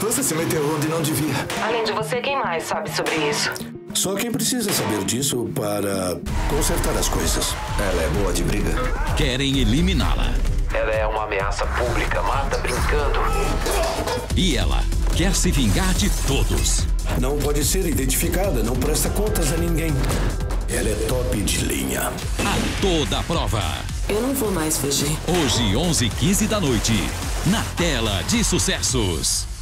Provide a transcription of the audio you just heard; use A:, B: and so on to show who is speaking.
A: Você se meteu onde não devia.
B: Além de você, quem mais sabe sobre isso?
C: Só quem precisa saber disso para consertar as coisas.
A: Ela é boa de briga.
D: Querem eliminá-la.
E: Ela é uma ameaça pública, mata brincando.
D: E ela quer se vingar de todos.
C: Não pode ser identificada, não presta contas a ninguém. Ela é top de linha.
D: A toda prova.
F: Eu não vou mais fugir.
D: Hoje, 11h15 da noite. Na tela de sucessos.